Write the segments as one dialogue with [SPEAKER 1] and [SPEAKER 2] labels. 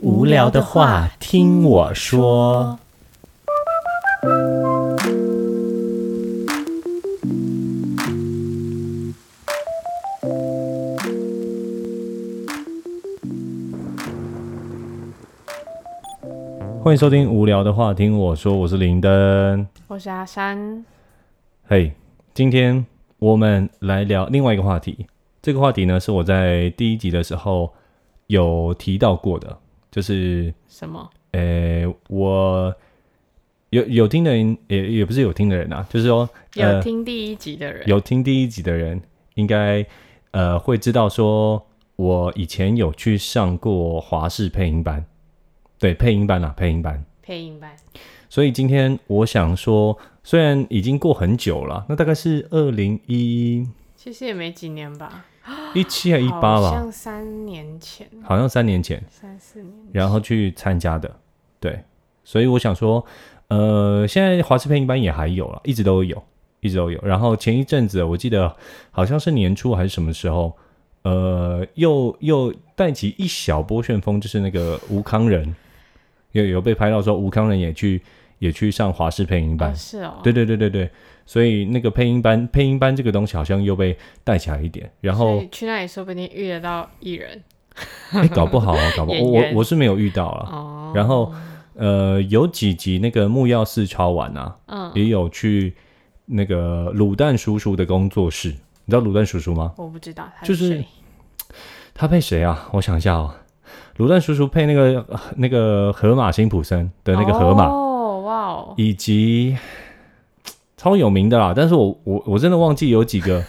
[SPEAKER 1] 无聊的话听我说。欢迎收听《无聊的话听我说》，我是林登。
[SPEAKER 2] 我是阿山，
[SPEAKER 1] 嘿、今天我们来聊另外一个话题。这个话题呢，是我在第一集的时候有提到过的，就是
[SPEAKER 2] 什么？
[SPEAKER 1] 呃，我有有听的人，也也不是有听的人啊，就是说，
[SPEAKER 2] 有
[SPEAKER 1] 呃，
[SPEAKER 2] 听第一集的人，
[SPEAKER 1] 有听第一集的人，应该呃会知道说，我以前有去上过华视配音班，对，配音班啊，配音班。
[SPEAKER 2] 配音班，
[SPEAKER 1] 所以今天我想说，虽然已经过很久了，那大概是二零一
[SPEAKER 2] 其实也没几年吧，
[SPEAKER 1] 一七还一八
[SPEAKER 2] 好
[SPEAKER 1] 吧，
[SPEAKER 2] 像三年前，
[SPEAKER 1] 好像三年前，
[SPEAKER 2] 三四年。
[SPEAKER 1] 然后去参加的。对，所以我想说，呃，现在华视配音班也还有了，一直都有，一直都有。然后前一阵子，我记得好像是年初还是什么时候，呃，又又带起一小波旋风，就是那个吴康仁，有有被拍到说吴康仁也去也去上华视配音班
[SPEAKER 2] 哦，。是哦，
[SPEAKER 1] 对对对对对，所以那个配音班，配音班这个东西好像又被带起来一点，然
[SPEAKER 2] 所
[SPEAKER 1] 后
[SPEAKER 2] 以去那里说不定遇得到艺人
[SPEAKER 1] 哎，搞不好 啊，搞不好
[SPEAKER 2] 演
[SPEAKER 1] 我我
[SPEAKER 2] 员
[SPEAKER 1] 我是没有遇到了。
[SPEAKER 2] 哦。
[SPEAKER 1] 然后呃，有几集那个木曜四超玩啊，
[SPEAKER 2] 嗯，
[SPEAKER 1] 也有去那个卤蛋叔叔的工作室，你知道卤蛋叔叔吗？
[SPEAKER 2] 我不知道他
[SPEAKER 1] 就是
[SPEAKER 2] 谁
[SPEAKER 1] 他配谁啊？我想一下哦，卤蛋叔叔配那个呃那个河马辛普森的那个河马，
[SPEAKER 2] 哦，哇哦，
[SPEAKER 1] 以及超有名的啦，但是我我我真的忘记有几个，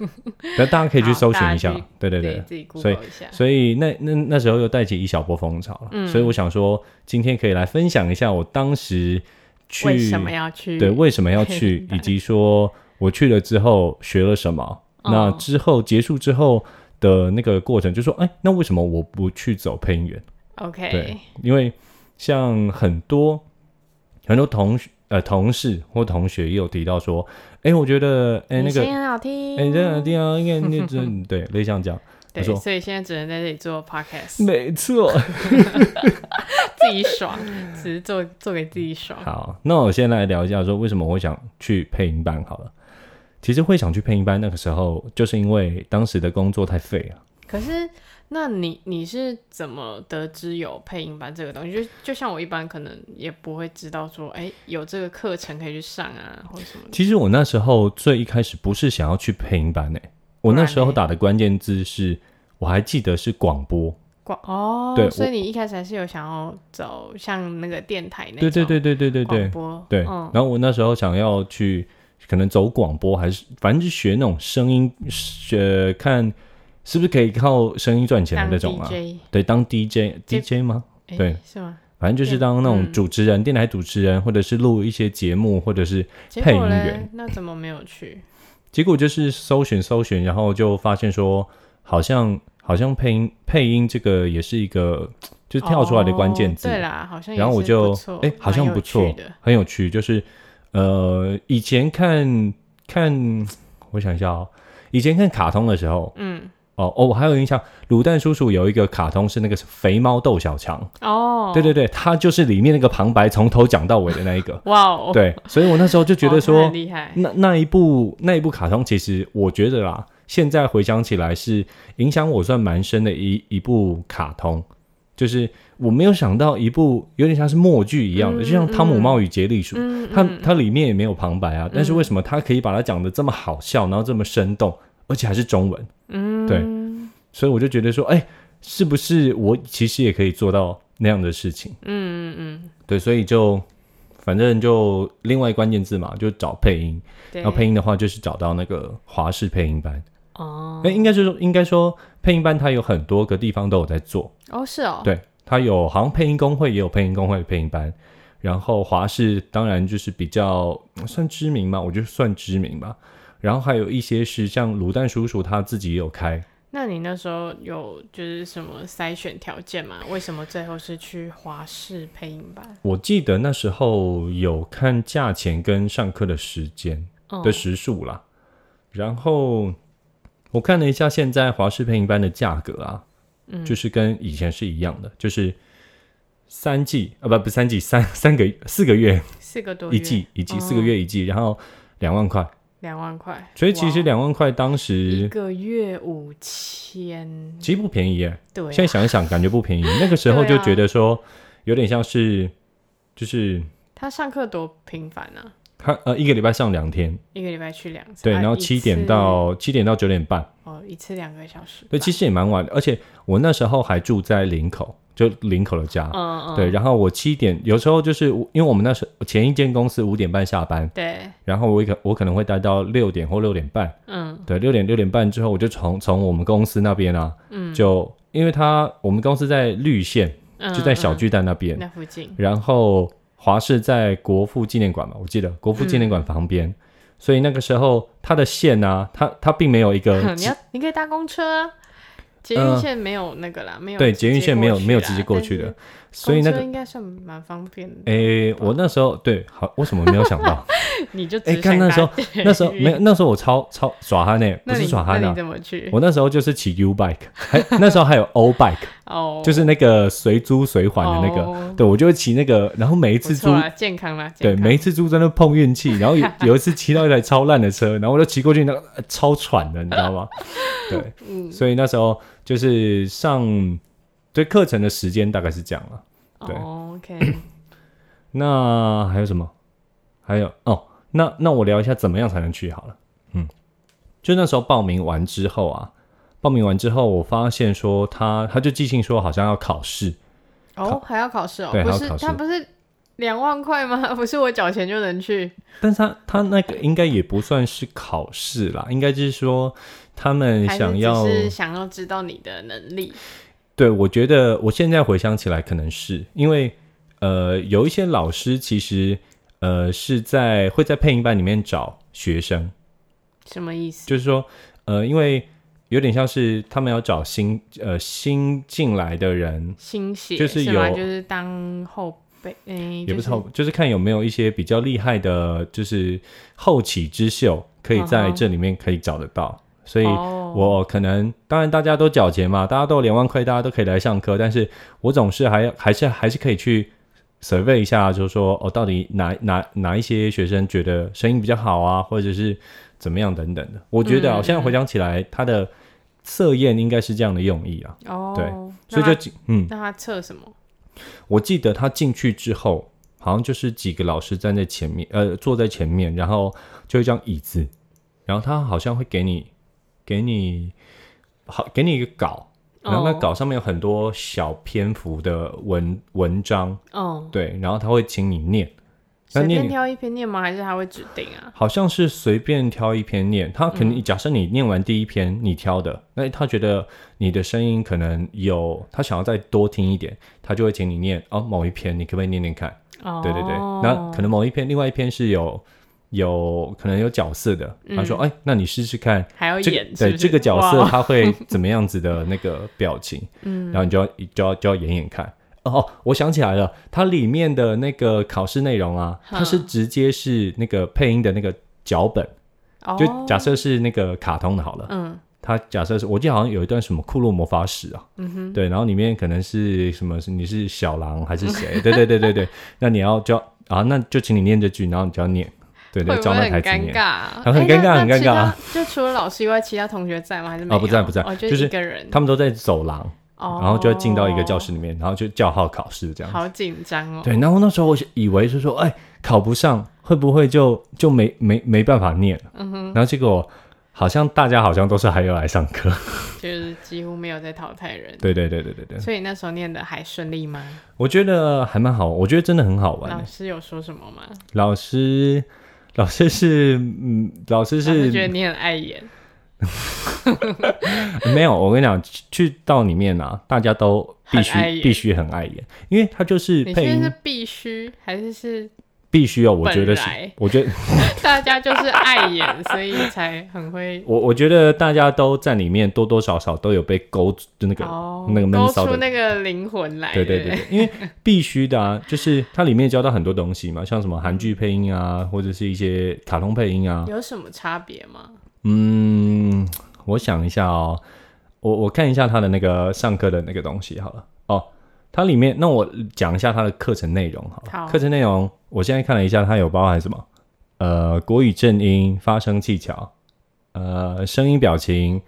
[SPEAKER 1] 那大家可以去
[SPEAKER 2] 好
[SPEAKER 1] 搜
[SPEAKER 2] 大家
[SPEAKER 1] 寻一下
[SPEAKER 2] 去。
[SPEAKER 1] 对对
[SPEAKER 2] 对
[SPEAKER 1] 对，
[SPEAKER 2] 自己
[SPEAKER 1] 所以
[SPEAKER 2] Google 一下。
[SPEAKER 1] 所以那那那时候又带起一小波风潮了，
[SPEAKER 2] 嗯
[SPEAKER 1] 所以我想说今天可以来分享一下我当时去
[SPEAKER 2] 为什么要去？
[SPEAKER 1] 对为什么要去，以及说我去了之后学了什么。那
[SPEAKER 2] 哦
[SPEAKER 1] 之后结束之后的那个过程，就说哎，那为什么我不去走配音员？对
[SPEAKER 2] OK，，
[SPEAKER 1] 因为像很多很多同学呃同事或同学也有提到说，哎，我觉得哎
[SPEAKER 2] 你
[SPEAKER 1] 那个
[SPEAKER 2] 声音很好听，
[SPEAKER 1] 哎这样这 样应该那这对类似像这样，
[SPEAKER 2] 对，
[SPEAKER 1] 说
[SPEAKER 2] 所以现在只能在这里做 podcast，
[SPEAKER 1] 没错。
[SPEAKER 2] 自己爽，只是做做给自己爽。
[SPEAKER 1] 好，那我先来聊一下说为什么我会想去配音班好了。其实会想去配音班，那个时候就是因为当时的工作太废了。
[SPEAKER 2] 可是，那你你是怎么得知有配音班这个东西？就就像我一般，可能也不会知道说，哎、有这个课程可以去上啊，或者什么的。
[SPEAKER 1] 其实我那时候最一开始不是想要去配音班诶、欸我那时候
[SPEAKER 2] 不然嘞
[SPEAKER 1] 打的关键字是，我还记得是广播。
[SPEAKER 2] 广 哦
[SPEAKER 1] 对，
[SPEAKER 2] 所以
[SPEAKER 1] 我
[SPEAKER 2] 你一开始还是有想要走像那个电台那
[SPEAKER 1] 对
[SPEAKER 2] 种
[SPEAKER 1] 对对对对对
[SPEAKER 2] 广
[SPEAKER 1] 对
[SPEAKER 2] 播
[SPEAKER 1] 对。
[SPEAKER 2] 嗯
[SPEAKER 1] 然后我那时候想要去，可能走广播还是反正就学那种声音，学看是不是可以靠声音赚钱的
[SPEAKER 2] 当
[SPEAKER 1] 那种啊？
[SPEAKER 2] DJ
[SPEAKER 1] 对，当 DJ
[SPEAKER 2] 这
[SPEAKER 1] DJ 吗？
[SPEAKER 2] 哎、
[SPEAKER 1] 对
[SPEAKER 2] 是吗？
[SPEAKER 1] 反正就是
[SPEAKER 2] 对
[SPEAKER 1] 当那种
[SPEAKER 2] 嗯
[SPEAKER 1] 主持人、电台主持人，或者是录一些节目，或者是
[SPEAKER 2] 结
[SPEAKER 1] 配音
[SPEAKER 2] 果嘞
[SPEAKER 1] 员，
[SPEAKER 2] 那怎么没有去？
[SPEAKER 1] 结果就是搜寻搜寻，然后就发现说，好像好像配音配音这个也是一个就是跳出来的关键字，
[SPEAKER 2] 哦对啦，好像也
[SPEAKER 1] 然后我
[SPEAKER 2] 是
[SPEAKER 1] 就
[SPEAKER 2] 不错
[SPEAKER 1] 哎好
[SPEAKER 2] 蛮
[SPEAKER 1] 像
[SPEAKER 2] 有
[SPEAKER 1] 不错
[SPEAKER 2] 趣的，
[SPEAKER 1] 很有趣。就是呃，以前看看，我想一下哦，以前看卡通的时候，
[SPEAKER 2] 嗯，
[SPEAKER 1] 哦哦，我还有印象，卤蛋叔叔有一个卡通是那个肥猫斗小强，
[SPEAKER 2] 哦，。
[SPEAKER 1] 对对，对，他就是里面那个旁白从头讲到尾的那一个
[SPEAKER 2] 哇哦，哦，
[SPEAKER 1] 对，所以我那时候就觉得
[SPEAKER 2] 他
[SPEAKER 1] 说
[SPEAKER 2] 很，厉害，
[SPEAKER 1] 那那一部那一部卡通，其实我觉得啦，现在回想起来是影响我算蛮深的一一部卡通，就是我没有想到一部有点像是默剧一样的，
[SPEAKER 2] 嗯
[SPEAKER 1] 就像《汤姆猫与杰利鼠》
[SPEAKER 2] 嗯，
[SPEAKER 1] 它
[SPEAKER 2] 嗯
[SPEAKER 1] 它里面也没有旁白啊，但是为什么它可以把它讲的这么好笑，然后这么生动，而且还是中文？
[SPEAKER 2] 嗯，
[SPEAKER 1] 对所以我就觉得说，哎、是不是我其实也可以做到那样的事情？
[SPEAKER 2] 嗯嗯嗯，
[SPEAKER 1] 对，所以就反正就另外关键字嘛，就找配音。
[SPEAKER 2] 对，
[SPEAKER 1] 然后配音的话，就是找到那个华视配音班。
[SPEAKER 2] 哦
[SPEAKER 1] 那、应该是说，应该说配音班它有很多个地方都有在做，
[SPEAKER 2] 哦是哦，
[SPEAKER 1] 对，它有好像配音工会也有配音工会的配音班，然后华视当然就是比较嗯算知名嘛，我觉得算知名吧。然后还有一些是像卤蛋叔叔他自己也有开，
[SPEAKER 2] 那你那时候有就是什么筛选条件吗？为什么最后是去华视配音班？
[SPEAKER 1] 我记得那时候有看价钱跟上课的时间
[SPEAKER 2] 哦
[SPEAKER 1] 的时数啦，然后我看
[SPEAKER 2] 嗯
[SPEAKER 1] 了一下现在华视配音班的价格啊，就是跟以前是一样的，就是三季啊，不不三季，三三个四个月
[SPEAKER 2] 四个多月
[SPEAKER 1] 一季一季，
[SPEAKER 2] 哦
[SPEAKER 1] 四个月一季，然后两万块，
[SPEAKER 2] 两万块，
[SPEAKER 1] 所以其实
[SPEAKER 2] 哇
[SPEAKER 1] 两万块当
[SPEAKER 2] 一
[SPEAKER 1] 时
[SPEAKER 2] 个月五千，
[SPEAKER 1] 其实不便宜耶。
[SPEAKER 2] 对啊、啊
[SPEAKER 1] 现在想一想，感觉不 便宜。那个时候就觉得说，有点像是就是
[SPEAKER 2] 他上课多频繁啊，
[SPEAKER 1] 他呃一个礼拜上两天，
[SPEAKER 2] 一个礼拜去两次，
[SPEAKER 1] 对，
[SPEAKER 2] 啊
[SPEAKER 1] 然后
[SPEAKER 2] 一
[SPEAKER 1] 七点
[SPEAKER 2] 次
[SPEAKER 1] 到七点到九点半，
[SPEAKER 2] 哦，一次两个小时吧，
[SPEAKER 1] 对，其实也蛮晚的。而且我那时候还住在林口，就林口的家，
[SPEAKER 2] 嗯嗯
[SPEAKER 1] 哦对。然后我七点有时候就是我因为我们那时候前一间公司五点半下班，
[SPEAKER 2] 对，
[SPEAKER 1] 然后我可我可能会待到六点或六点半，
[SPEAKER 2] 嗯
[SPEAKER 1] 对，六点六点半之后我就从从我们公司那边啊，
[SPEAKER 2] 嗯，
[SPEAKER 1] 就因为他我们公司在绿线，
[SPEAKER 2] 嗯
[SPEAKER 1] 就在小
[SPEAKER 2] 嗯
[SPEAKER 1] 巨蛋那边，
[SPEAKER 2] 那附近，
[SPEAKER 1] 然后华视在国父纪念馆嘛，我记得国父纪念馆旁边，所以那个时候它的线啊，它它并没有一 个
[SPEAKER 2] 嗯你要你可以搭公车啊，捷
[SPEAKER 1] 呃
[SPEAKER 2] 运线没有那个啦，没有
[SPEAKER 1] 对
[SPEAKER 2] 直
[SPEAKER 1] 捷运
[SPEAKER 2] 接
[SPEAKER 1] 线
[SPEAKER 2] 过
[SPEAKER 1] 没有
[SPEAKER 2] 去
[SPEAKER 1] 没有
[SPEAKER 2] 啦
[SPEAKER 1] 直接过
[SPEAKER 2] 但
[SPEAKER 1] 去的
[SPEAKER 2] 是，
[SPEAKER 1] 所以
[SPEAKER 2] 公
[SPEAKER 1] 那
[SPEAKER 2] 车
[SPEAKER 1] 个哎
[SPEAKER 2] 应该算蛮方便的。
[SPEAKER 1] 诶，我那时候对好，为什么没有想 到？
[SPEAKER 2] 你就只
[SPEAKER 1] 诶，哎看
[SPEAKER 2] 想
[SPEAKER 1] 那
[SPEAKER 2] 搭
[SPEAKER 1] 时候
[SPEAKER 2] 捷
[SPEAKER 1] 那时候没有
[SPEAKER 2] 运，
[SPEAKER 1] 那时候我超超耍憨呢、不
[SPEAKER 2] 那
[SPEAKER 1] 是
[SPEAKER 2] 你
[SPEAKER 1] 耍憨
[SPEAKER 2] 那
[SPEAKER 1] 啊
[SPEAKER 2] 你，怎么去？
[SPEAKER 1] 我那时候就是骑 U bike，还那时候还有 O bike，
[SPEAKER 2] 哦，
[SPEAKER 1] 就是是那个随租随还的那个，
[SPEAKER 2] 个，
[SPEAKER 1] 对我就会骑那个，然后每一次
[SPEAKER 2] 不
[SPEAKER 1] 租
[SPEAKER 2] 错啦，健康啦，
[SPEAKER 1] 对，
[SPEAKER 2] 健康
[SPEAKER 1] 每一次住在那碰运气，然后有有一次骑到一台超烂的车，然后我就骑过去，那个呃超喘的，你知道吗？对，
[SPEAKER 2] 嗯
[SPEAKER 1] 所以那时候就是上对课程的时间大概是这样了。对
[SPEAKER 2] 哦 OK，
[SPEAKER 1] 那还有什么？还有哦，那那我聊一下怎么样才能去好了。嗯，就那时候报名完之后啊，报名完之后，我发现说他他就寄信说好像要考试，
[SPEAKER 2] 哦还要考试哦，
[SPEAKER 1] 对
[SPEAKER 2] 不
[SPEAKER 1] 还要
[SPEAKER 2] 是
[SPEAKER 1] 考试
[SPEAKER 2] 他不是两万块吗？ 不是我缴钱就能去
[SPEAKER 1] 但是他他那个应该也不算是考试啦，应该就是说他们
[SPEAKER 2] 还是
[SPEAKER 1] 想要
[SPEAKER 2] 只是想要知道你的能力，
[SPEAKER 1] 对，我觉得我现在回想起来，可能是因为呃，有一些老师其实呃是在会在配音班里面找学生，
[SPEAKER 2] 什么意思？
[SPEAKER 1] 就是说呃，因为有点像是他们要找新呃新进来的人，
[SPEAKER 2] 新血
[SPEAKER 1] 就是
[SPEAKER 2] 吗？
[SPEAKER 1] 有
[SPEAKER 2] 就是当后辈，诶，
[SPEAKER 1] 也不是
[SPEAKER 2] 就
[SPEAKER 1] 后，就是看有没有一些比较厉害的，就是后起之秀可以在
[SPEAKER 2] 嗯哼
[SPEAKER 1] 这里面可以找得到，所以
[SPEAKER 2] 哦
[SPEAKER 1] 我可能当然大家都缴钱嘛，大家都有两万块，大家都可以来上课，但是我总是还还是还是可以去 survey 一下，就是说哦，到底哪哪哪一些学生觉得声音比较好啊，或者是怎么样等等的。我觉得啊，
[SPEAKER 2] 嗯
[SPEAKER 1] 我现在回想起来，他的测验应该是这样的用意啊，
[SPEAKER 2] 哦，
[SPEAKER 1] 对
[SPEAKER 2] 那
[SPEAKER 1] 所以
[SPEAKER 2] 他
[SPEAKER 1] 就进嗯，
[SPEAKER 2] 那他测什么？
[SPEAKER 1] 我记得他进去之后，好像就是几个老师站在前面，呃，坐在前面，然后就一张椅子，然后他好像会给你给你好给你一个稿。然后那
[SPEAKER 2] 哦
[SPEAKER 1] 稿上面有很多小篇幅的文文章，
[SPEAKER 2] 哦，
[SPEAKER 1] 对，然后他会请你念，那
[SPEAKER 2] 随
[SPEAKER 1] 念
[SPEAKER 2] 便
[SPEAKER 1] 你
[SPEAKER 2] 挑一篇念吗？还是他会指定啊？
[SPEAKER 1] 好像是随便挑一篇念。他肯定、假设你念完第一篇你挑的，那他觉得你的声音可能有，他想要再多听一点，他就会请你念哦某一篇，你可不可以念念看？
[SPEAKER 2] 哦，
[SPEAKER 1] 对对对，那可能某一篇，另外一篇是有有可能有角色的，他说哎，那你试试看。
[SPEAKER 2] 还要
[SPEAKER 1] 这个
[SPEAKER 2] 嗯演，是
[SPEAKER 1] 对
[SPEAKER 2] 不
[SPEAKER 1] 这个
[SPEAKER 2] 是
[SPEAKER 1] 角色
[SPEAKER 2] 哇
[SPEAKER 1] 他会怎么样子的那个表情，
[SPEAKER 2] 嗯，
[SPEAKER 1] 然后你就要就要就要演演看。哦，我想起来了，它里面的那个考试内容啊，它是
[SPEAKER 2] 哼
[SPEAKER 1] 直接是那个配音的那个脚本，就
[SPEAKER 2] 哦
[SPEAKER 1] 假设是那个卡通的好了，
[SPEAKER 2] 嗯
[SPEAKER 1] 它假设是我记得好像有一段什么库洛魔法使啊，
[SPEAKER 2] 嗯哼，
[SPEAKER 1] 对，然后里面可能是什么是你是小狼还是谁？对对对对对，那你要就要啊，那就请你念这句，然后你就要念，对对，
[SPEAKER 2] 会不
[SPEAKER 1] 照那
[SPEAKER 2] 会
[SPEAKER 1] 台
[SPEAKER 2] 很
[SPEAKER 1] 词
[SPEAKER 2] 尴
[SPEAKER 1] 念
[SPEAKER 2] 尬。啊？
[SPEAKER 1] 很
[SPEAKER 2] 哎
[SPEAKER 1] 尴
[SPEAKER 2] 那
[SPEAKER 1] 尬很
[SPEAKER 2] 那
[SPEAKER 1] 尴
[SPEAKER 2] 其
[SPEAKER 1] 尬
[SPEAKER 2] 他
[SPEAKER 1] 啊
[SPEAKER 2] 就除了老师以外，其他同学在吗？还是没
[SPEAKER 1] 哦不
[SPEAKER 2] 有
[SPEAKER 1] 在不在
[SPEAKER 2] 哦，
[SPEAKER 1] 就
[SPEAKER 2] 一
[SPEAKER 1] 是
[SPEAKER 2] 个人，
[SPEAKER 1] 他们都在走廊，
[SPEAKER 2] 哦，
[SPEAKER 1] 然后就会进到一个教室，里面，然后就叫号考试这样子。
[SPEAKER 2] 好紧张哦。
[SPEAKER 1] 对，然后那时候我以为是说，哎，考不上会不会就就没没没办法念？
[SPEAKER 2] 嗯哼，
[SPEAKER 1] 然后结果好像大家好像都是还有来上课。
[SPEAKER 2] 就是几乎没有在淘汰人。
[SPEAKER 1] 对对对对对对，
[SPEAKER 2] 所以那时候念的还顺利吗？
[SPEAKER 1] 我觉得还蛮好，我觉得真的很好玩
[SPEAKER 2] 老
[SPEAKER 1] 欸。
[SPEAKER 2] 师有说什么吗？
[SPEAKER 1] 老师，老师是嗯，老师
[SPEAKER 2] 老师觉得
[SPEAKER 1] 是
[SPEAKER 2] 你很碍眼，
[SPEAKER 1] 没有。我跟你讲，去去到里面啊，大家都必须
[SPEAKER 2] 很碍眼
[SPEAKER 1] 必须很碍眼，因为他就是
[SPEAKER 2] 你
[SPEAKER 1] 配
[SPEAKER 2] 现在
[SPEAKER 1] 音
[SPEAKER 2] 是必须还是是
[SPEAKER 1] 必须哦。我觉得是
[SPEAKER 2] 本来，
[SPEAKER 1] 我觉得
[SPEAKER 2] 大家就是碍眼，所以才 很会
[SPEAKER 1] 我我觉得大家都在里面多多少少都有被勾住那个
[SPEAKER 2] 哦哎
[SPEAKER 1] 那个闷
[SPEAKER 2] 勾
[SPEAKER 1] 骚
[SPEAKER 2] 出
[SPEAKER 1] 的
[SPEAKER 2] 那个灵魂来。
[SPEAKER 1] 对
[SPEAKER 2] 对
[SPEAKER 1] 对
[SPEAKER 2] 不
[SPEAKER 1] 对，对因为必须的啊，就是它里面教到很多东西嘛，像什么韩剧配音啊，或者是一些卡通配音啊。
[SPEAKER 2] 有什么差别吗？
[SPEAKER 1] 嗯，我想一下哦，我我看一下他的那个上课的那个东西好了。哦，它里面，那我讲一下它的课程内容好了。
[SPEAKER 2] 好
[SPEAKER 1] 课程内容我现在看了一下，它有包含什么？呃，国语正音、发声技巧、呃，声音表情、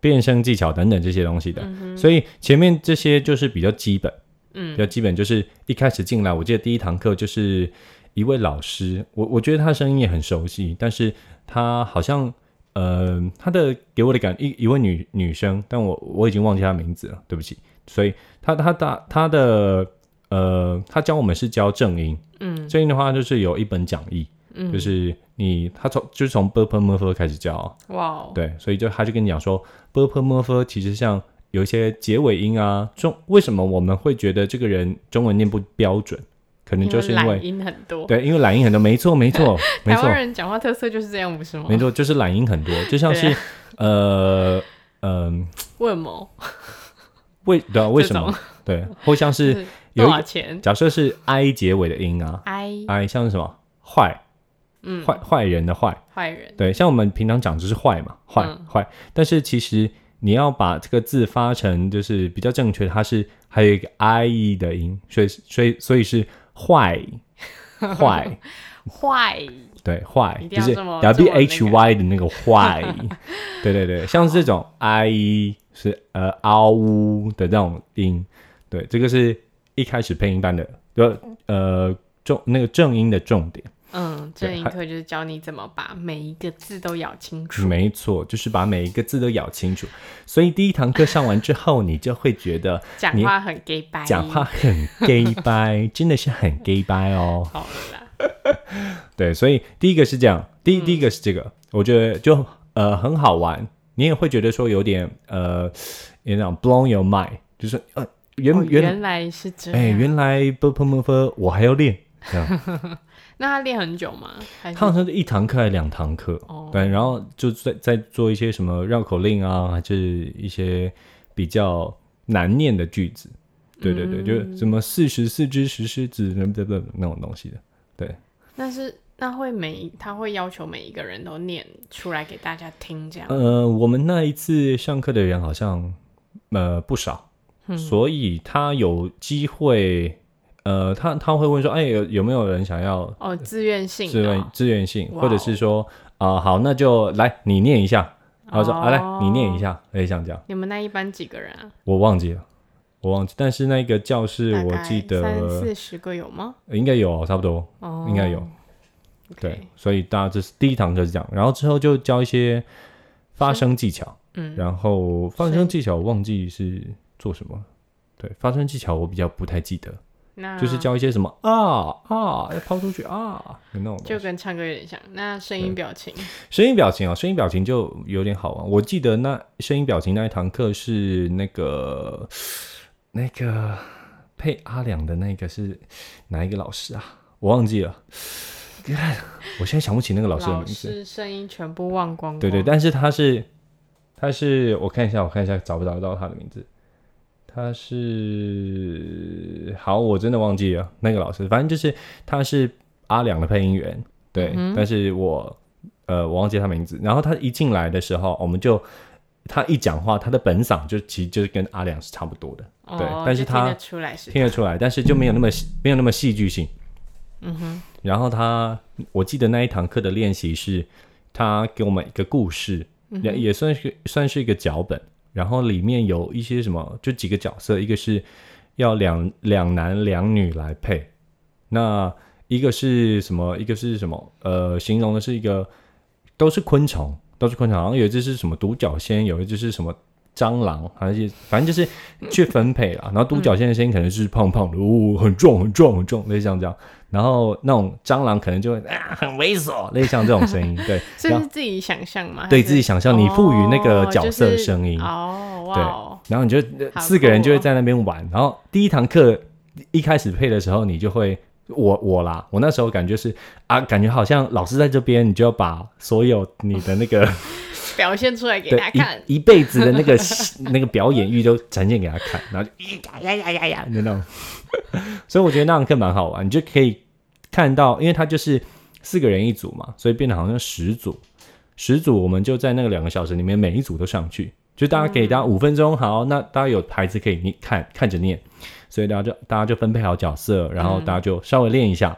[SPEAKER 1] 变声技巧等等这些东西的。所以前面这些就是比较基本，
[SPEAKER 2] 嗯
[SPEAKER 1] 比较基本就是一开始进来，我记得第一堂课就是一位老师，我我觉得他声音也很熟悉，但是他好像呃，他的给我的感一一位女女生，但我我已经忘记她名字了，对不起。所以他他他他的呃，他教我们是教正音，
[SPEAKER 2] 嗯
[SPEAKER 1] 正音的话就是有一本讲义，
[SPEAKER 2] 嗯，
[SPEAKER 1] 就是你他从就是从 b p m f 开始教、啊
[SPEAKER 2] 哇哦，
[SPEAKER 1] 对，所以就他就跟你讲说 b p m f 其实像有一些结尾音啊，中为什么我们会觉得这个人中文念不标准，可能就是因
[SPEAKER 2] 因
[SPEAKER 1] 为
[SPEAKER 2] 懒音很多。
[SPEAKER 1] 对，因为懒音很多，没错没 错没
[SPEAKER 2] 台
[SPEAKER 1] 错
[SPEAKER 2] 湾人讲话特色就是这样，不是吗？
[SPEAKER 1] 没错，就是懒音很多，就像是
[SPEAKER 2] 对
[SPEAKER 1] 呃嗯、
[SPEAKER 2] 问某
[SPEAKER 1] 为对啊、为什么
[SPEAKER 2] 这
[SPEAKER 1] 对，或像是
[SPEAKER 2] 是
[SPEAKER 1] 有
[SPEAKER 2] 多
[SPEAKER 1] 一
[SPEAKER 2] 少钱
[SPEAKER 1] 假设是 i 结尾的音啊
[SPEAKER 2] ？I
[SPEAKER 1] ，i 像是什么坏
[SPEAKER 2] 嗯
[SPEAKER 1] 坏坏人的坏，
[SPEAKER 2] 坏人，
[SPEAKER 1] 对，像我们平常讲就是坏嘛，坏、
[SPEAKER 2] 嗯
[SPEAKER 1] 坏，但是其实你要把这个字发成就是比较正确的，它是还有一个 i e 的音，所以所以所以是 坏坏，
[SPEAKER 2] 坏
[SPEAKER 1] 对坏
[SPEAKER 2] 一，定
[SPEAKER 1] 就
[SPEAKER 2] 要
[SPEAKER 1] 是
[SPEAKER 2] 这么
[SPEAKER 1] w
[SPEAKER 2] 这
[SPEAKER 1] h
[SPEAKER 2] 么那
[SPEAKER 1] y 的那个坏， 对对对，像是这种 i e 是呃嗷呜的这种音，对，这个是一开始配音班的，就呃重那个正音的重点。
[SPEAKER 2] 嗯，这
[SPEAKER 1] 对
[SPEAKER 2] 一
[SPEAKER 1] 还
[SPEAKER 2] 课就是教你怎么把每一个字都咬清楚。
[SPEAKER 1] 没错，就是把每一个字都咬清楚。所以第一堂课上完之后，你就会觉 得
[SPEAKER 2] 讲
[SPEAKER 1] 你
[SPEAKER 2] 话很 gay 白，
[SPEAKER 1] 讲话很 gay 掰，真的是很 gay 掰哦。
[SPEAKER 2] 好了啦，
[SPEAKER 1] 对，所以第一个是这样，第
[SPEAKER 2] 嗯
[SPEAKER 1] 第一个是这个，我觉得就呃很好玩，你也会觉得说有点呃有那种 blown your mind，就是呃原、
[SPEAKER 2] 哦
[SPEAKER 1] 原
[SPEAKER 2] 原来是这样。嗯
[SPEAKER 1] 哎原来 b p m f 我还要练，这样
[SPEAKER 2] 那他练很久吗？还是
[SPEAKER 1] 他好像是一堂课还是两堂课，
[SPEAKER 2] 哦
[SPEAKER 1] 对，然后就在在做一些什么绕口令啊，还是一些比较难念的句子，对对
[SPEAKER 2] 嗯
[SPEAKER 1] 对，就是什么四十四只石狮子，什么什么那种东西的，对，
[SPEAKER 2] 那是那会每一他会要求每一个人都念出来给大家听，这样、
[SPEAKER 1] 呃，我们那一次上课的人好像呃不少，
[SPEAKER 2] 嗯
[SPEAKER 1] 所以他有机会，呃，他他会问说，哎，有有没有人想要
[SPEAKER 2] 哦，自愿性
[SPEAKER 1] 自
[SPEAKER 2] 的
[SPEAKER 1] 愿
[SPEAKER 2] 哦、
[SPEAKER 1] 自愿性，
[SPEAKER 2] 哇哦
[SPEAKER 1] 或者是说啊、好，那就来你念一下。然后说、啊，来你念一
[SPEAKER 2] 哦
[SPEAKER 1] 下，类似像这样。
[SPEAKER 2] 你们那一班几个人啊？
[SPEAKER 1] 我忘记了，我忘记。但是那个教室
[SPEAKER 2] 大
[SPEAKER 1] 我
[SPEAKER 2] 概
[SPEAKER 1] 记
[SPEAKER 2] 三
[SPEAKER 1] 得
[SPEAKER 2] 四十个有吗？
[SPEAKER 1] 呃应该有，差不多
[SPEAKER 2] 哦，
[SPEAKER 1] 应该有。
[SPEAKER 2] OK。
[SPEAKER 1] 对，所以大家这是第一堂课是这样，然后之后就教一些发声技巧，
[SPEAKER 2] 嗯，
[SPEAKER 1] 然后发
[SPEAKER 2] 所以
[SPEAKER 1] 声技巧我忘记是做什么了。对，发声技巧我比较不太记得，
[SPEAKER 2] 那
[SPEAKER 1] 就是教一些什么啊啊，要抛出去啊，有那种东西
[SPEAKER 2] 就跟唱歌有点像。那声音表情，
[SPEAKER 1] 声音表情啊、声音表情就有点好玩。我记得那声音表情那一堂课是那个那个配阿良的那个是哪一个老师啊？我忘记了，我现在想不起那个老师的名字。
[SPEAKER 2] 师声音全部忘光光。
[SPEAKER 1] 对对，但是他是他是我看一下，我看一下找不找得到他的名字。他是好，我真的忘记了那个老师，反正就是他是阿良的配音员，对，但是我呃我忘记他名字。然后他一进来的时候，我们就他一讲话，他的本嗓就其实就是跟阿良是差不多的，
[SPEAKER 2] 哦，
[SPEAKER 1] 对但是
[SPEAKER 2] 就听
[SPEAKER 1] 他
[SPEAKER 2] 得出来是
[SPEAKER 1] 听得出来，但是就没有那么戏没有那么戏剧性。嗯哼。然后他，我记得那一堂课的练习是，他给我们一个故事，也也算是算是一个脚本，然后里面有一些什么，就几个角色，一个是要两两男两女来配，那一个是什么？一个是什么？呃，形容的是一个都是昆虫，都是昆虫，好像有一只是什么独角仙，有一只是什么。蟑螂，好像是反正就是去分配啦。然后独
[SPEAKER 2] 嗯
[SPEAKER 1] 角仙的声音可能是胖胖的，呜、很重很重很重，类似像这样。然后那种蟑螂可能就会啊很猥琐，类似像这种声 音。对，
[SPEAKER 2] 所以
[SPEAKER 1] 然
[SPEAKER 2] 是
[SPEAKER 1] 后
[SPEAKER 2] 自己想象吗？
[SPEAKER 1] 对
[SPEAKER 2] 还是
[SPEAKER 1] 自己想象你赋予那个角色的声音
[SPEAKER 2] 哦，就
[SPEAKER 1] 对
[SPEAKER 2] 是、哦哦哇哦，
[SPEAKER 1] 然后你就呃
[SPEAKER 2] 好
[SPEAKER 1] 四个人
[SPEAKER 2] 酷
[SPEAKER 1] 就会
[SPEAKER 2] 哦
[SPEAKER 1] 在那边玩。然后第一堂课一开始配的时候，你就会我我啦，我那时候感觉是啊，感觉好像老师在这边，你就要把所有你的那个
[SPEAKER 2] 表现出来 给
[SPEAKER 1] 对
[SPEAKER 2] 大家看。
[SPEAKER 1] 一一辈子的那个那个表演欲都展现给他看，然后就咦呀呀呀呀呀的那种。 所以我觉得那堂课蛮好玩，你就可以看到，因为它就是四个人一组嘛，所以变得好像十组，十组我们就在那个两个小时里面，每一
[SPEAKER 2] 嗯
[SPEAKER 1] 组都上去，就大家给大家五分钟，好，那大家有牌子可以念看看着念，所以大家就大家就分配好角色，然后
[SPEAKER 2] 嗯
[SPEAKER 1] 大家就稍微练一下，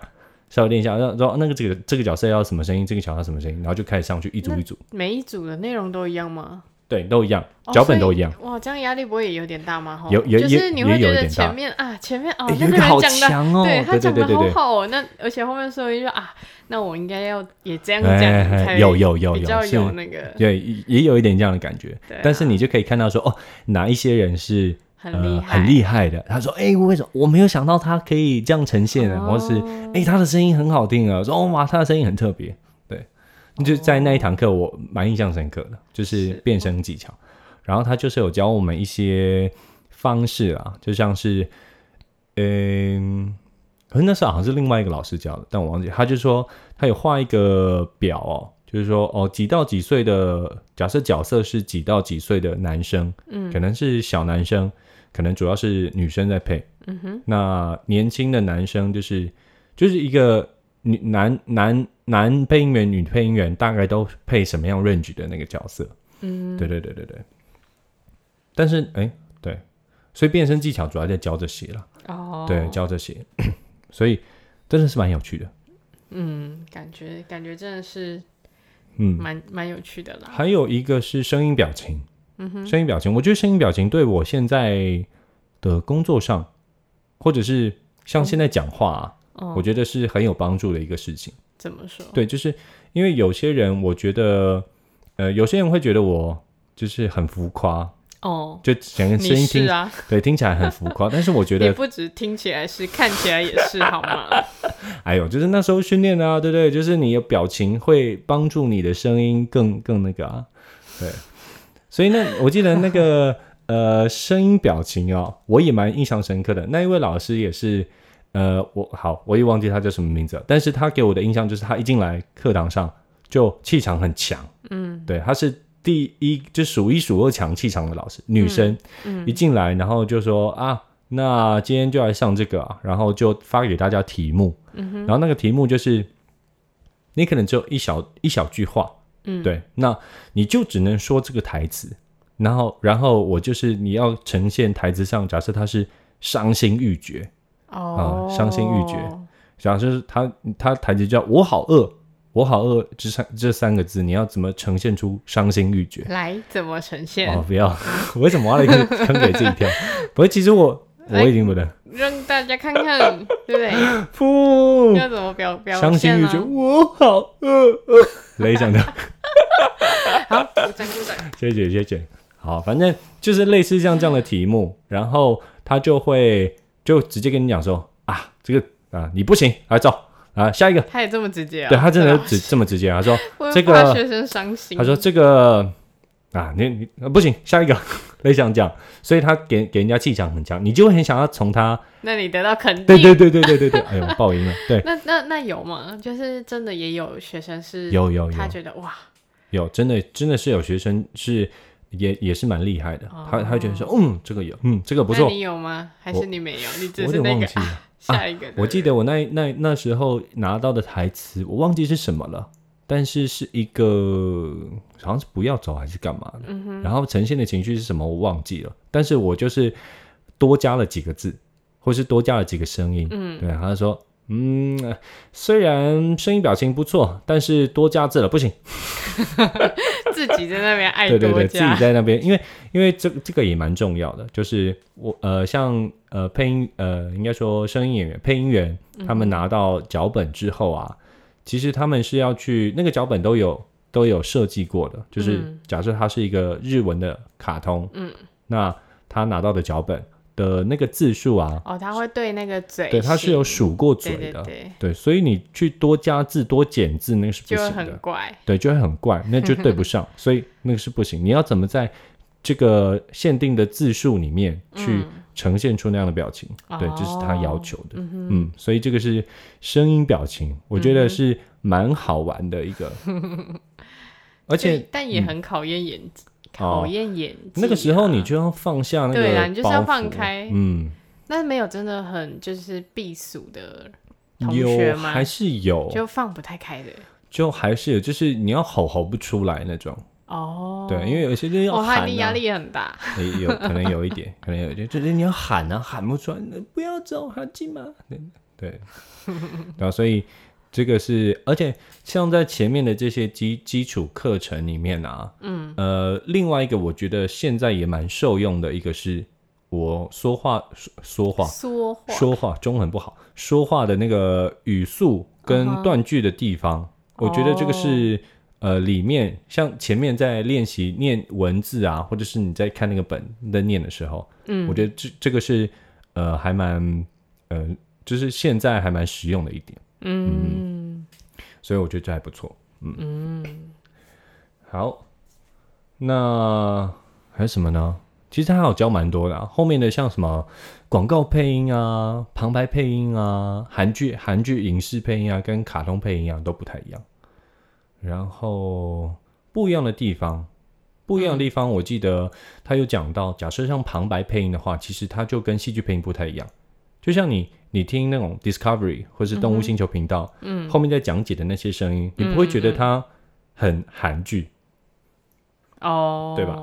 [SPEAKER 1] 稍微练一下，然后然后那个这个这个角色要什么声音，这个角色要什么声音，然后就开始上去一组一组，
[SPEAKER 2] 每一组的内容都一样吗？
[SPEAKER 1] 对，都一样
[SPEAKER 2] 哦，
[SPEAKER 1] 脚本都一样。
[SPEAKER 2] 所以哇，这样压力不会也有点大吗？吼
[SPEAKER 1] 有有
[SPEAKER 2] 就是你会
[SPEAKER 1] 也也有
[SPEAKER 2] 觉
[SPEAKER 1] 一
[SPEAKER 2] 得
[SPEAKER 1] 点大
[SPEAKER 2] 前面啊，前面哦，
[SPEAKER 1] 诶
[SPEAKER 2] 那
[SPEAKER 1] 有一个
[SPEAKER 2] 人
[SPEAKER 1] 好
[SPEAKER 2] 讲的。
[SPEAKER 1] 强哦，
[SPEAKER 2] 对他
[SPEAKER 1] 对对
[SPEAKER 2] 讲的
[SPEAKER 1] 对对
[SPEAKER 2] 好
[SPEAKER 1] 对，
[SPEAKER 2] 好哦，那而且后面所以就啊，那我应该要也这样讲
[SPEAKER 1] 哎哎
[SPEAKER 2] 才
[SPEAKER 1] 有有有
[SPEAKER 2] 比较
[SPEAKER 1] 有呃是
[SPEAKER 2] 有那个
[SPEAKER 1] 对，也也有一点这样的感觉。
[SPEAKER 2] 对啊
[SPEAKER 1] 但是你就可以看到说，哦，哪一些人是
[SPEAKER 2] 很厉
[SPEAKER 1] 呃
[SPEAKER 2] 害，
[SPEAKER 1] 很厉害的？他说，哎、为什么我没有想到他可以这样呈现啊？或是，
[SPEAKER 2] 哦
[SPEAKER 1] 哎、他的声音很好听啊，说，哦哇，他的声音很特别。对，就在那一堂课，我蛮印象深刻的，就是
[SPEAKER 2] 是
[SPEAKER 1] 变声技巧。然后他就是有教我们一些方式啊，就像是，嗯、可是那时候好像是另外一个老师教的，但我忘记。他就说他有画一个表哦，就是说哦，几到几岁的，假设角色是几到几岁的男生，
[SPEAKER 2] 嗯
[SPEAKER 1] 可能是小男生，可能主要是女生在配。
[SPEAKER 2] 嗯哼，
[SPEAKER 1] 那年轻的男生就是就是一个女男男男配音员、女配音员大概都配什么样 range 的那个角色。
[SPEAKER 2] 嗯，
[SPEAKER 1] 对对对对对。但是哎，对，所以变身技巧主要在教这些啦。
[SPEAKER 2] 哦，
[SPEAKER 1] 对，教这些， 所以真的是蛮有趣的。
[SPEAKER 2] 嗯，感觉感觉真的是
[SPEAKER 1] 嗯，
[SPEAKER 2] 蛮蛮有趣的啦，
[SPEAKER 1] 还有一个是声音表情，嗯哼，声音表情，我觉得声音表情对我现在的工作上，或者是像现在讲话、啊，
[SPEAKER 2] 哦
[SPEAKER 1] 我觉得是很有帮助的一个事情。
[SPEAKER 2] 怎么说？
[SPEAKER 1] 对，就是因为有些人，我觉得，呃，有些人会觉得我就是很浮夸，
[SPEAKER 2] 哦，
[SPEAKER 1] 就整个声
[SPEAKER 2] 你
[SPEAKER 1] 音
[SPEAKER 2] 是
[SPEAKER 1] 听、
[SPEAKER 2] 啊，
[SPEAKER 1] 对听起来很浮夸，但是我觉
[SPEAKER 2] 你
[SPEAKER 1] 得，
[SPEAKER 2] 不只听起来是，看起来也是，好吗？
[SPEAKER 1] 哎呦，就是那时候训练啊，对不对？就是你的表情会帮助你的声音更更那个啊，对。所以呢，我记得那个呃声音表情哦，我也蛮印象深刻的。那一位老师也是，呃，我好我也忘记他叫什么名字了，但是他给我的印象就是他一进来课堂上就气场很强，嗯，对，他是。第一就数一数二强气场的老师，女生，一进来然后就说啊，那今天就来上这个啊，然后就发给大家题目，然后那个题目就是，你可能只有一小一小句话，
[SPEAKER 2] 嗯
[SPEAKER 1] 对，那你就只能说这个台词，然后然后我就是你要呈现台词上，假设他是伤心欲绝，
[SPEAKER 2] 哦，
[SPEAKER 1] 呃伤心欲绝假设是他他台词叫我好饿，我好饿这三这三个字，你要怎么呈现出伤心欲绝？
[SPEAKER 2] 来怎么呈现
[SPEAKER 1] 哦，？不要， 我为什么挖了一个坑给自己跳？不过其实 我我
[SPEAKER 2] 哎
[SPEAKER 1] 已经不能，
[SPEAKER 2] 让大家看看，对不对？
[SPEAKER 1] 不，
[SPEAKER 2] 要怎么 表表
[SPEAKER 1] 伤心
[SPEAKER 2] 现
[SPEAKER 1] 欲
[SPEAKER 2] 呢
[SPEAKER 1] 绝，？我好饿饿， 雷讲的。
[SPEAKER 2] 好，鼓掌鼓掌。
[SPEAKER 1] 谢谢谢谢。好，反正就是类似像这样的题目，然后他就会就直接跟你讲说啊，这个啊你不行，来走啊下一个。
[SPEAKER 2] 他也这么直接啊？
[SPEAKER 1] 对他真的
[SPEAKER 2] 老
[SPEAKER 1] 只
[SPEAKER 2] 师
[SPEAKER 1] 这么直接，他 说
[SPEAKER 2] 会
[SPEAKER 1] 这
[SPEAKER 2] 怕
[SPEAKER 1] 个
[SPEAKER 2] 学生伤心。
[SPEAKER 1] 他说这个啊你你、啊不行，下一个 类似像这样，所以他给给人家气场很强，你就会很想要从他
[SPEAKER 2] 那你得到肯定。
[SPEAKER 1] 对对对对对 对对，哎呦爆音了，对，
[SPEAKER 2] 那那那有吗？就是真的也有学生是，
[SPEAKER 1] 有有有
[SPEAKER 2] 他觉得哇，
[SPEAKER 1] 有真的真的是有学生是也也是蛮厉害的，他他觉得说嗯这个有嗯这个不
[SPEAKER 2] 哦那
[SPEAKER 1] 错，
[SPEAKER 2] 你有吗？还是你没有？你只
[SPEAKER 1] 我有
[SPEAKER 2] 是
[SPEAKER 1] 点
[SPEAKER 2] 那
[SPEAKER 1] 忘
[SPEAKER 2] 个
[SPEAKER 1] 记了。
[SPEAKER 2] 下一个的人？
[SPEAKER 1] 啊我记得我那那那时候拿到的台词，我忘记是什么了，但是是一个好像是不要走还是干嘛的，
[SPEAKER 2] 嗯
[SPEAKER 1] 然后呈现的情绪是什么我忘记了，但是我就是多加了几个字，或是多加了几个声音，
[SPEAKER 2] 嗯
[SPEAKER 1] 对，他就说。嗯，呃虽然声音表情不错，但是多加字了不行。
[SPEAKER 2] 自己在那边爱
[SPEAKER 1] 对对
[SPEAKER 2] 多
[SPEAKER 1] 对，自己
[SPEAKER 2] 加，
[SPEAKER 1] 在那边，因为因为这这个也蛮重要的，就是我呃像呃配音呃应该说声音演员配音员，
[SPEAKER 2] 嗯
[SPEAKER 1] 他们拿到脚本之后啊，其实他们是要去那个脚本都有都有设计过的，就是
[SPEAKER 2] 嗯
[SPEAKER 1] 假设它是一个日文的卡通，
[SPEAKER 2] 嗯，
[SPEAKER 1] 那他拿到的脚本的那个字数啊，
[SPEAKER 2] 哦，他会对那个嘴
[SPEAKER 1] 对，
[SPEAKER 2] 型，
[SPEAKER 1] 他是有数过嘴
[SPEAKER 2] 对
[SPEAKER 1] 的，
[SPEAKER 2] 对对，
[SPEAKER 1] 对所以你去多加字多减字那个是不
[SPEAKER 2] 就会
[SPEAKER 1] 行的
[SPEAKER 2] 很，怪。
[SPEAKER 1] 对，就会很 怪，那就对不上，所以那个是不行。你要怎么在这个限定的字数里面去
[SPEAKER 2] 嗯
[SPEAKER 1] 呈现出那样的表情？
[SPEAKER 2] 哦
[SPEAKER 1] 对，这是他要求的。嗯所以这个是声音表情，我觉得
[SPEAKER 2] 嗯
[SPEAKER 1] 是蛮好玩的一 个，而
[SPEAKER 2] 而
[SPEAKER 1] 且嗯哦
[SPEAKER 2] 但也很考验演技，考验演技啊。
[SPEAKER 1] 那个时候你就要放下那个
[SPEAKER 2] 对啊你就是要
[SPEAKER 1] 包袱
[SPEAKER 2] 放开
[SPEAKER 1] 嗯，
[SPEAKER 2] 那没有真的很就是避暑的同学
[SPEAKER 1] 有
[SPEAKER 2] 吗
[SPEAKER 1] 还？是有，
[SPEAKER 2] 就放不太开的，
[SPEAKER 1] 就还是有，就是你要吼吼不出来那种。
[SPEAKER 2] 哦，
[SPEAKER 1] 对，因为有些就是要
[SPEAKER 2] 哦，
[SPEAKER 1] 喊、
[SPEAKER 2] 他
[SPEAKER 1] 啊，
[SPEAKER 2] 一定压力也很大，
[SPEAKER 1] 也有可能有一点，可能有一点，就是你要喊啊，喊不出来，不要走，喊进嘛，对对，然后所以这个是，而且像在前面的这些基基础课程里面啊，嗯，呃，另外一个我觉得现在也蛮受用的一个是，我说话说说话
[SPEAKER 2] 说话，
[SPEAKER 1] 说话中文不好，说话的那个语速跟
[SPEAKER 2] 嗯哼哦
[SPEAKER 1] 断句的地方我觉得这个是、呃，里面像前面在练习念文字啊，或者是你在看那个本在念的时候，
[SPEAKER 2] 嗯，
[SPEAKER 1] 我觉得这这个是呃还蛮呃，就是现在还蛮实用的一点，
[SPEAKER 2] 嗯
[SPEAKER 1] 所以我觉得这还不错。
[SPEAKER 2] 嗯，
[SPEAKER 1] 好，那还有什么呢？其实他还有教蛮多的、啊，后面的像什么广告配音啊、旁白配音啊、韩剧、韩剧影视配音啊，跟卡通配音啊都不太一样。然后不一样的地方，不一样的地方，我记得他有讲到，假设像旁白配音的话，其实它就跟戏剧配音不太一样。就像你你听那种 Discovery 或是动物星球频道，嗯，后面在讲解的那些声音，你不会觉
[SPEAKER 2] 嗯
[SPEAKER 1] 得它很韩剧，
[SPEAKER 2] 哦，
[SPEAKER 1] 对吧？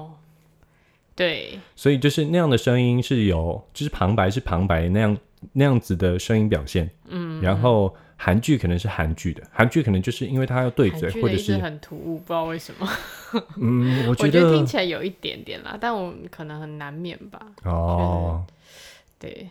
[SPEAKER 2] 对，
[SPEAKER 1] 所以就是那样的声音是有，就是旁白是旁白那样那样子的声音表现，嗯，然后韩剧可能是韩剧的，韩剧可能就是因为它要对嘴
[SPEAKER 2] 韩剧
[SPEAKER 1] 或
[SPEAKER 2] 的
[SPEAKER 1] 者
[SPEAKER 2] 一直
[SPEAKER 1] 是
[SPEAKER 2] 很突兀，不知道为什么。
[SPEAKER 1] 嗯，我
[SPEAKER 2] 我
[SPEAKER 1] 觉
[SPEAKER 2] 觉得
[SPEAKER 1] 得
[SPEAKER 2] 听起来有一点点啦，但我可能很难免吧。
[SPEAKER 1] 哦，
[SPEAKER 2] 对，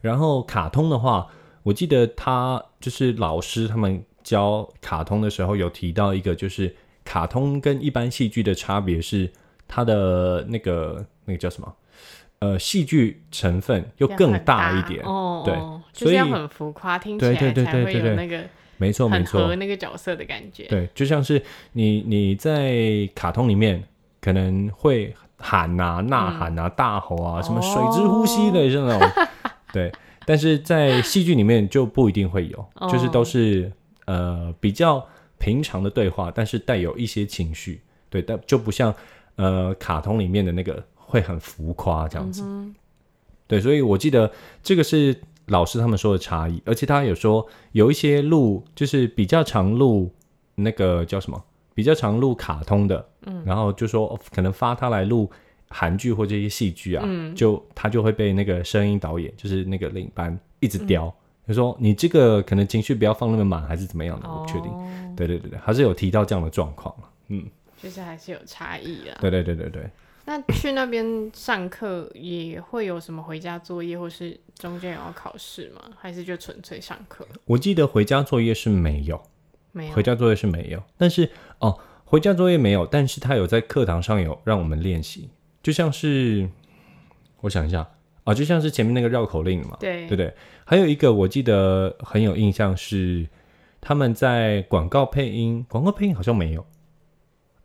[SPEAKER 1] 然后卡通的话，我记得他就是老师他们教卡通的时候有提到一个，就是卡通跟一般戏剧的差别是它的那个那个叫什么？呃，戏剧成分又
[SPEAKER 2] 要
[SPEAKER 1] 更
[SPEAKER 2] 很
[SPEAKER 1] 大
[SPEAKER 2] 大
[SPEAKER 1] 一点，
[SPEAKER 2] 哦，
[SPEAKER 1] 对
[SPEAKER 2] 哦就
[SPEAKER 1] 所
[SPEAKER 2] 是要
[SPEAKER 1] 以
[SPEAKER 2] 很浮夸，听起
[SPEAKER 1] 对
[SPEAKER 2] 来
[SPEAKER 1] 对对
[SPEAKER 2] 才
[SPEAKER 1] 对
[SPEAKER 2] 会
[SPEAKER 1] 对对
[SPEAKER 2] 有那个
[SPEAKER 1] 没错没
[SPEAKER 2] 很
[SPEAKER 1] 错，
[SPEAKER 2] 合那个角色的感觉。
[SPEAKER 1] 对，就像是你你在卡通里面可能会喊呐、呐喊呐、大吼啊，什么水之呼吸的这种，对。但是在戏剧里面就不一定会有，就是都是呃比较平常的对话，但是带有一些情绪，对，但就不像呃卡通里面的那个会很浮夸这样子。对，所以我记得这个是老师他们说的差异，而且他有说有一些录就是比较常录那个叫什么，比较常录卡通的，嗯，然后就说、哦可能发他来录韩剧或者一些戏剧啊，就他就会被那个声音导演就是那个领班一直刁，就说你这个可能情绪不要放那么满，还是怎么样的，我不确定。
[SPEAKER 2] 哦，
[SPEAKER 1] 对对对对，还是有提到这样的状况
[SPEAKER 2] 就是还是有差异啦。
[SPEAKER 1] 对对对对对。
[SPEAKER 2] 那去那边上课也会有什么回家作业，或是中间有要考试吗？还是就纯粹上课？
[SPEAKER 1] 我记得回家作业是没有，
[SPEAKER 2] 没有
[SPEAKER 1] 回，家作业是没有，但是哦，回家作业没有，但是他有在课堂上有让我们练习，就像是我想一下啊，就像是前面那个绕口令嘛，
[SPEAKER 2] 对
[SPEAKER 1] 对不对？还有一个我记得很有印象是他们在广告配音，广告配音好像没有，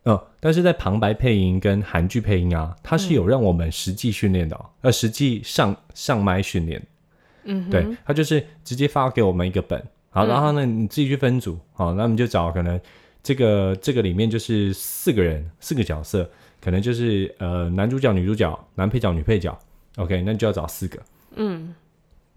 [SPEAKER 1] 呃，但是在旁白配音跟韩剧配音啊，它是有让我们实际训练的、哦，呃，实际上上麦训练。
[SPEAKER 2] 嗯哼，嗯
[SPEAKER 1] 对，他就是直接发给我们一个本，好，然后呢你自己去分组，好，那我们就找可能这个这个里面就是四个人四个角色，可能就是呃男主角、女主角、男配角、女配角，OK，那你就要找四个，
[SPEAKER 2] 嗯，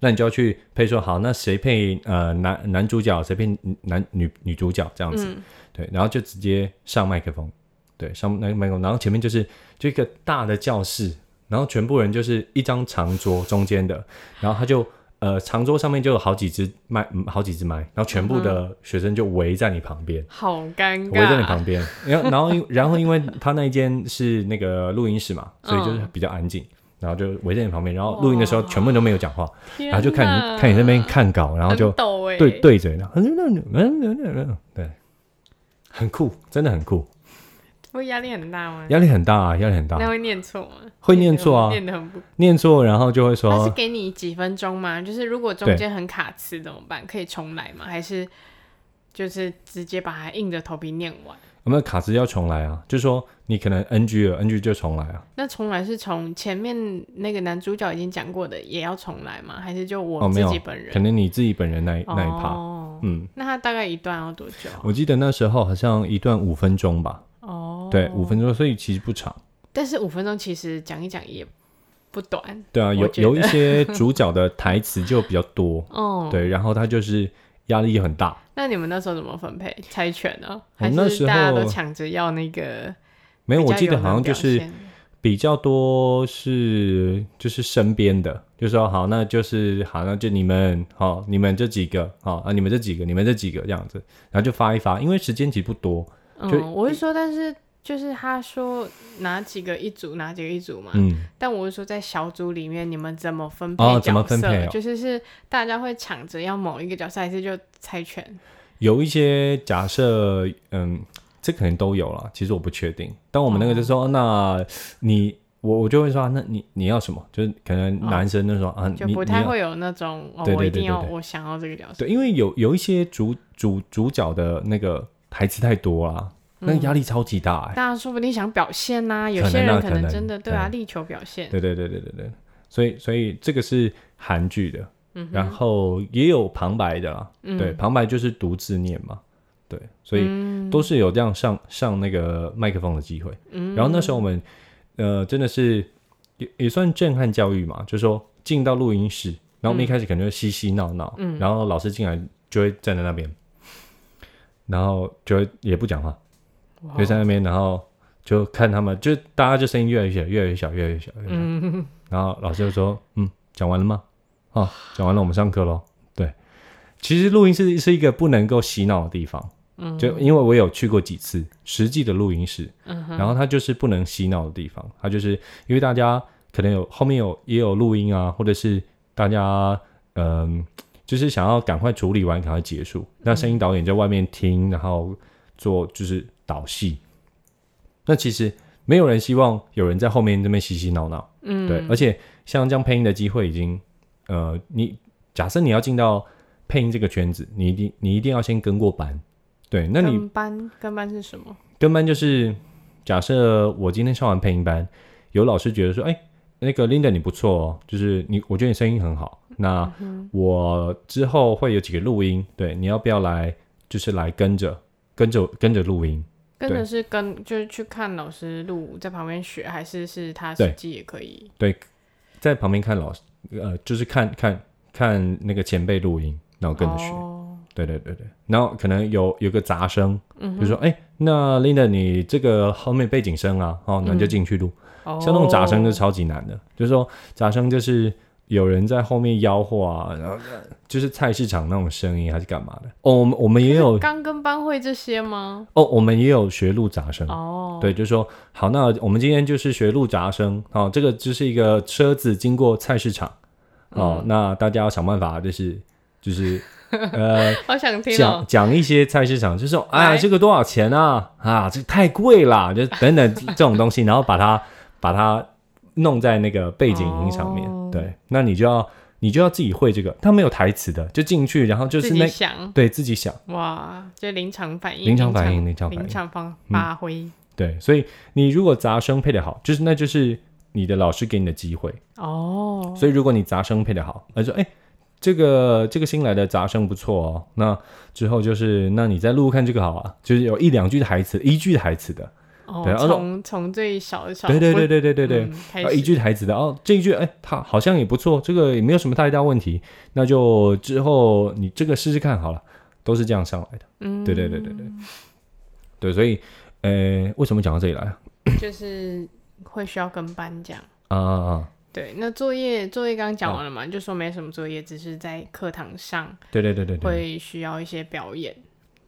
[SPEAKER 1] 那你就要去配说好，那谁配呃男男主角，谁配男女女主角这样子，
[SPEAKER 2] 嗯
[SPEAKER 1] 对，然后就直接上麦克风，对，上那个麦克风，然后前面就是就一个大的教室，然后全部人就是一张长桌中间的，然后他就呃长桌上面就有好几只麦，嗯好几只麦，然后全部的学生就围在你旁边。
[SPEAKER 2] 好嗯尴
[SPEAKER 1] 围在你
[SPEAKER 2] 尬，
[SPEAKER 1] 旁边，然后然后因然后因为他那一间是那个录音室嘛，所以就是
[SPEAKER 2] 嗯
[SPEAKER 1] 比较安静，然后就围在你旁边，然后录音的时
[SPEAKER 2] 哦
[SPEAKER 1] 候全部都没有讲话，
[SPEAKER 2] 天
[SPEAKER 1] 然后就看
[SPEAKER 2] 哪
[SPEAKER 1] 你看你那边，看稿，然后就
[SPEAKER 2] 很抖哎，
[SPEAKER 1] 对，对嘴了，对，很酷，真的很酷，
[SPEAKER 2] 会压力很大吗？
[SPEAKER 1] 压力很大啊，压力很大
[SPEAKER 2] 那，会念错吗？
[SPEAKER 1] 会念错啊
[SPEAKER 2] 念的很不。
[SPEAKER 1] 念错然后就会
[SPEAKER 2] 他是
[SPEAKER 1] 说，
[SPEAKER 2] 给你几分钟吗？就是如果中间很卡词怎么办？可以重来吗？还是就是直接把它硬着头皮念完？
[SPEAKER 1] 我们的啊卡词要重来啊，就说你可能 NG 了，NG 就重来啊，
[SPEAKER 2] 那重来是从前面那个男主角已经讲过的也要重来吗？还是就
[SPEAKER 1] 哦
[SPEAKER 2] 我
[SPEAKER 1] 没
[SPEAKER 2] 自
[SPEAKER 1] 有
[SPEAKER 2] 己本人
[SPEAKER 1] 可？能你自己本人那一那一趴，
[SPEAKER 2] 哦，
[SPEAKER 1] 嗯，
[SPEAKER 2] 那他大概一段要多久啊？
[SPEAKER 1] 我记得那时候好像一段五分钟吧，
[SPEAKER 2] 哦，
[SPEAKER 1] 对，五分钟，所以其实不长。
[SPEAKER 2] 但是五分钟其实讲一讲也不短
[SPEAKER 1] 对啊，
[SPEAKER 2] 我
[SPEAKER 1] 有
[SPEAKER 2] 觉，
[SPEAKER 1] 有一些主角的台词就比较多
[SPEAKER 2] 哦。，
[SPEAKER 1] 对，然后他就是压力很大，
[SPEAKER 2] 那你们那时候怎么分配？猜拳呢？哦
[SPEAKER 1] 我
[SPEAKER 2] 还
[SPEAKER 1] 那时
[SPEAKER 2] 是
[SPEAKER 1] 候
[SPEAKER 2] 大家都抢着要那个
[SPEAKER 1] 没有，
[SPEAKER 2] 比
[SPEAKER 1] 我
[SPEAKER 2] 较
[SPEAKER 1] 记得
[SPEAKER 2] 能
[SPEAKER 1] 好像就
[SPEAKER 2] 表
[SPEAKER 1] 是
[SPEAKER 2] 现
[SPEAKER 1] 比较多是就是身边的，就说好，那就是好，那就你们好、你们这几个好、啊，你们这几个，你们这几个这样子，然后就发一发，因为时间其实不多，就
[SPEAKER 2] 嗯，我是说，但是就是他说哪几个一组，哪几个一组嘛。
[SPEAKER 1] 嗯，
[SPEAKER 2] 但我是说，在小组里面，你们怎么分配角
[SPEAKER 1] 哦
[SPEAKER 2] 色？
[SPEAKER 1] 怎么分配哦
[SPEAKER 2] 就是是大家会抢着要某一个角色，还是就猜拳？
[SPEAKER 1] 有一些假设，嗯，这可能都有了，其实我不确定，但我们那个就
[SPEAKER 2] 哦
[SPEAKER 1] 说，那你。我我就会说、啊那你你要什么？就是可能
[SPEAKER 2] 哦
[SPEAKER 1] 男生就说、啊，
[SPEAKER 2] 就
[SPEAKER 1] 你
[SPEAKER 2] 不
[SPEAKER 1] 你
[SPEAKER 2] 太
[SPEAKER 1] 要
[SPEAKER 2] 会有那种哦，
[SPEAKER 1] 对
[SPEAKER 2] 我
[SPEAKER 1] 对
[SPEAKER 2] 一
[SPEAKER 1] 对
[SPEAKER 2] 定
[SPEAKER 1] 对
[SPEAKER 2] 要
[SPEAKER 1] 对
[SPEAKER 2] 我想要这个角色。
[SPEAKER 1] 对，因为有有一些主主主角的那个台词太多啦，
[SPEAKER 2] 嗯
[SPEAKER 1] 那个压力超级大、欸。
[SPEAKER 2] 大家说不定想表现呐、有
[SPEAKER 1] 可
[SPEAKER 2] 些
[SPEAKER 1] 能啊
[SPEAKER 2] 人可
[SPEAKER 1] 可
[SPEAKER 2] 能
[SPEAKER 1] 能
[SPEAKER 2] 真的对啊，
[SPEAKER 1] 对
[SPEAKER 2] 力求表现。
[SPEAKER 1] 对对对对对对，所以所以这个是韩剧的，然后也有旁白的啦。对，旁白就是独自念嘛。对，所以都是有这样上上那个麦克风的机会。然后那时候我们呃真的是也也算震撼教育嘛，就是说进到录音室，然后我们一开始可能就嘻嘻闹闹，然后老师进来就会站在那边，然后就会也不讲话，
[SPEAKER 2] 哇
[SPEAKER 1] 就在那边，然后就看他们，就大家就声音越来越小，越来越小，越来越小，越来越小。然后老师就说：“嗯，讲完了吗？哦，讲完了，我们上课喽。”对，其实录音室是一个不能够洗脑的地方。嗯，就因为我有去过几次实际的录音室，嗯、然后它就是不能洗脑的地方，它就是因为大家可能有后面有也有录音啊，或者是大家嗯、就是想要赶快处理完，赶快结束。那声音导演在外面听，然后做就是导戏。那其实没有人希望有人在后面这边嬉嬉闹闹，
[SPEAKER 2] 嗯，
[SPEAKER 1] 对。而且像这样配音的机会已经，呃，你假设你要进到配音这个圈子，你一定你一定要先跟过班，对。那你
[SPEAKER 2] 跟班跟班是什么？
[SPEAKER 1] 跟班就是假设我今天上完配音班，有老师觉得说，哎、那个 Linda 你不错哦，就是你，我觉得你声音很好。那
[SPEAKER 2] 嗯
[SPEAKER 1] 我之后会有几个录音，对，你要不要来？就是来跟着跟着跟着录音，
[SPEAKER 2] 跟着是跟就是去看老师录，在旁边学，还是是他
[SPEAKER 1] 对
[SPEAKER 2] 实际也可以？
[SPEAKER 1] 在旁边看老师，呃，就是看看看那个前辈录音，然后跟着学。
[SPEAKER 2] 哦
[SPEAKER 1] 对对对对，然后可能有有个杂声，嗯、就说哎、那 Linda 你这个后面背景声啊，哦，那你就进去录。
[SPEAKER 2] 哦，
[SPEAKER 1] 像那种杂声就超级难的，就是说杂声就是有人在后面吆喝啊，然后就是菜市场那种声音还是干嘛的。哦，我们我们也有
[SPEAKER 2] 刚跟班会这些吗？
[SPEAKER 1] 哦，我们也有学录杂声。
[SPEAKER 2] 哦，
[SPEAKER 1] 对，就是说，好，那我们今天就是学录杂声，哦，这个就是一个车子经过菜市场，哦，那大家要想办法、就是，就是呃
[SPEAKER 2] 好想听
[SPEAKER 1] 讲
[SPEAKER 2] 哦。
[SPEAKER 1] 讲一些菜市场，就是说，哎，
[SPEAKER 2] 来
[SPEAKER 1] 这个多少钱啊？啊，这太贵啦， 就等等这种东西，然后把它把它弄在那个背景音上面。
[SPEAKER 2] 哦
[SPEAKER 1] 对，那你就要你就要自己会这个，它没有台词的，就进去，然后就是
[SPEAKER 2] 自
[SPEAKER 1] 那
[SPEAKER 2] 己想
[SPEAKER 1] 对自己想，
[SPEAKER 2] 哇，就临场反应，
[SPEAKER 1] 临场反应临场反应嗯
[SPEAKER 2] 临场方发挥
[SPEAKER 1] 对，所以你如果杂声配得好，就是那就是你的老师给你的机会。
[SPEAKER 2] 哦，
[SPEAKER 1] 所以如果你杂声配得好，他说哎。这个这个新来的杂声不错哦，那之后就是，那你再录录看这个好啊，就是有一两句台词，一句台词的，
[SPEAKER 2] 哦
[SPEAKER 1] 对，而且
[SPEAKER 2] 从从最小的小
[SPEAKER 1] 对对对对对对对，
[SPEAKER 2] 嗯开
[SPEAKER 1] 啊
[SPEAKER 2] 始
[SPEAKER 1] 一句台词的哦，这一句哎，他好像也不错，这个也没有什么太大问题，那就之后你这个试试看好了，都是这样上来的。
[SPEAKER 2] 嗯
[SPEAKER 1] 对对对对对，对，所以呃，为什么讲到这里来啊？
[SPEAKER 2] 就是会需要跟班讲。
[SPEAKER 1] 啊啊啊，
[SPEAKER 2] 对，那作业作业刚刚讲完了嘛，就说没什么作业，只是在课堂上
[SPEAKER 1] 对对对对对，
[SPEAKER 2] 会需要一些表演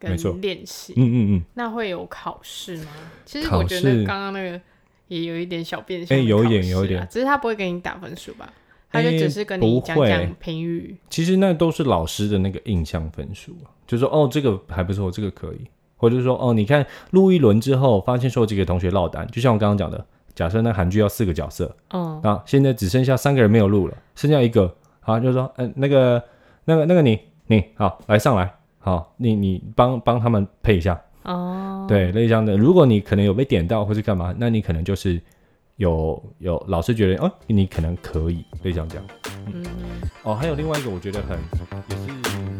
[SPEAKER 1] 没错
[SPEAKER 2] 跟练习。
[SPEAKER 1] 嗯嗯嗯，
[SPEAKER 2] 那会有考试吗？其实
[SPEAKER 1] 考
[SPEAKER 2] 我觉得
[SPEAKER 1] 试
[SPEAKER 2] 刚刚那个也有一点小变
[SPEAKER 1] 哎
[SPEAKER 2] 相的考试啊、
[SPEAKER 1] 有一点有一点
[SPEAKER 2] 只是他不会给你打分数吧？他就
[SPEAKER 1] 哎
[SPEAKER 2] 只是跟
[SPEAKER 1] 不
[SPEAKER 2] 你讲
[SPEAKER 1] 会
[SPEAKER 2] 讲评语。
[SPEAKER 1] 其实那都是老师的那个印象分数啊，就说哦这个还不错，这个可以，或者是说哦你看录一轮之后，发现说有几个同学落单，就像我刚刚讲的，假设那韩剧要四个角色，
[SPEAKER 2] 嗯，
[SPEAKER 1] 啊，现在只剩下三个人没有录了，剩下一个，好，就说，嗯、那个，那个，那个你，你好，来上来，好，你你帮帮他们配一下，
[SPEAKER 2] 哦，
[SPEAKER 1] 对，类似这样的。如果你可能有被点到或是干嘛，那你可能就是有有老师觉得，哦，你可能可以，类似像这样。
[SPEAKER 2] 嗯。
[SPEAKER 1] 哦，还有另外一个我觉得很也是。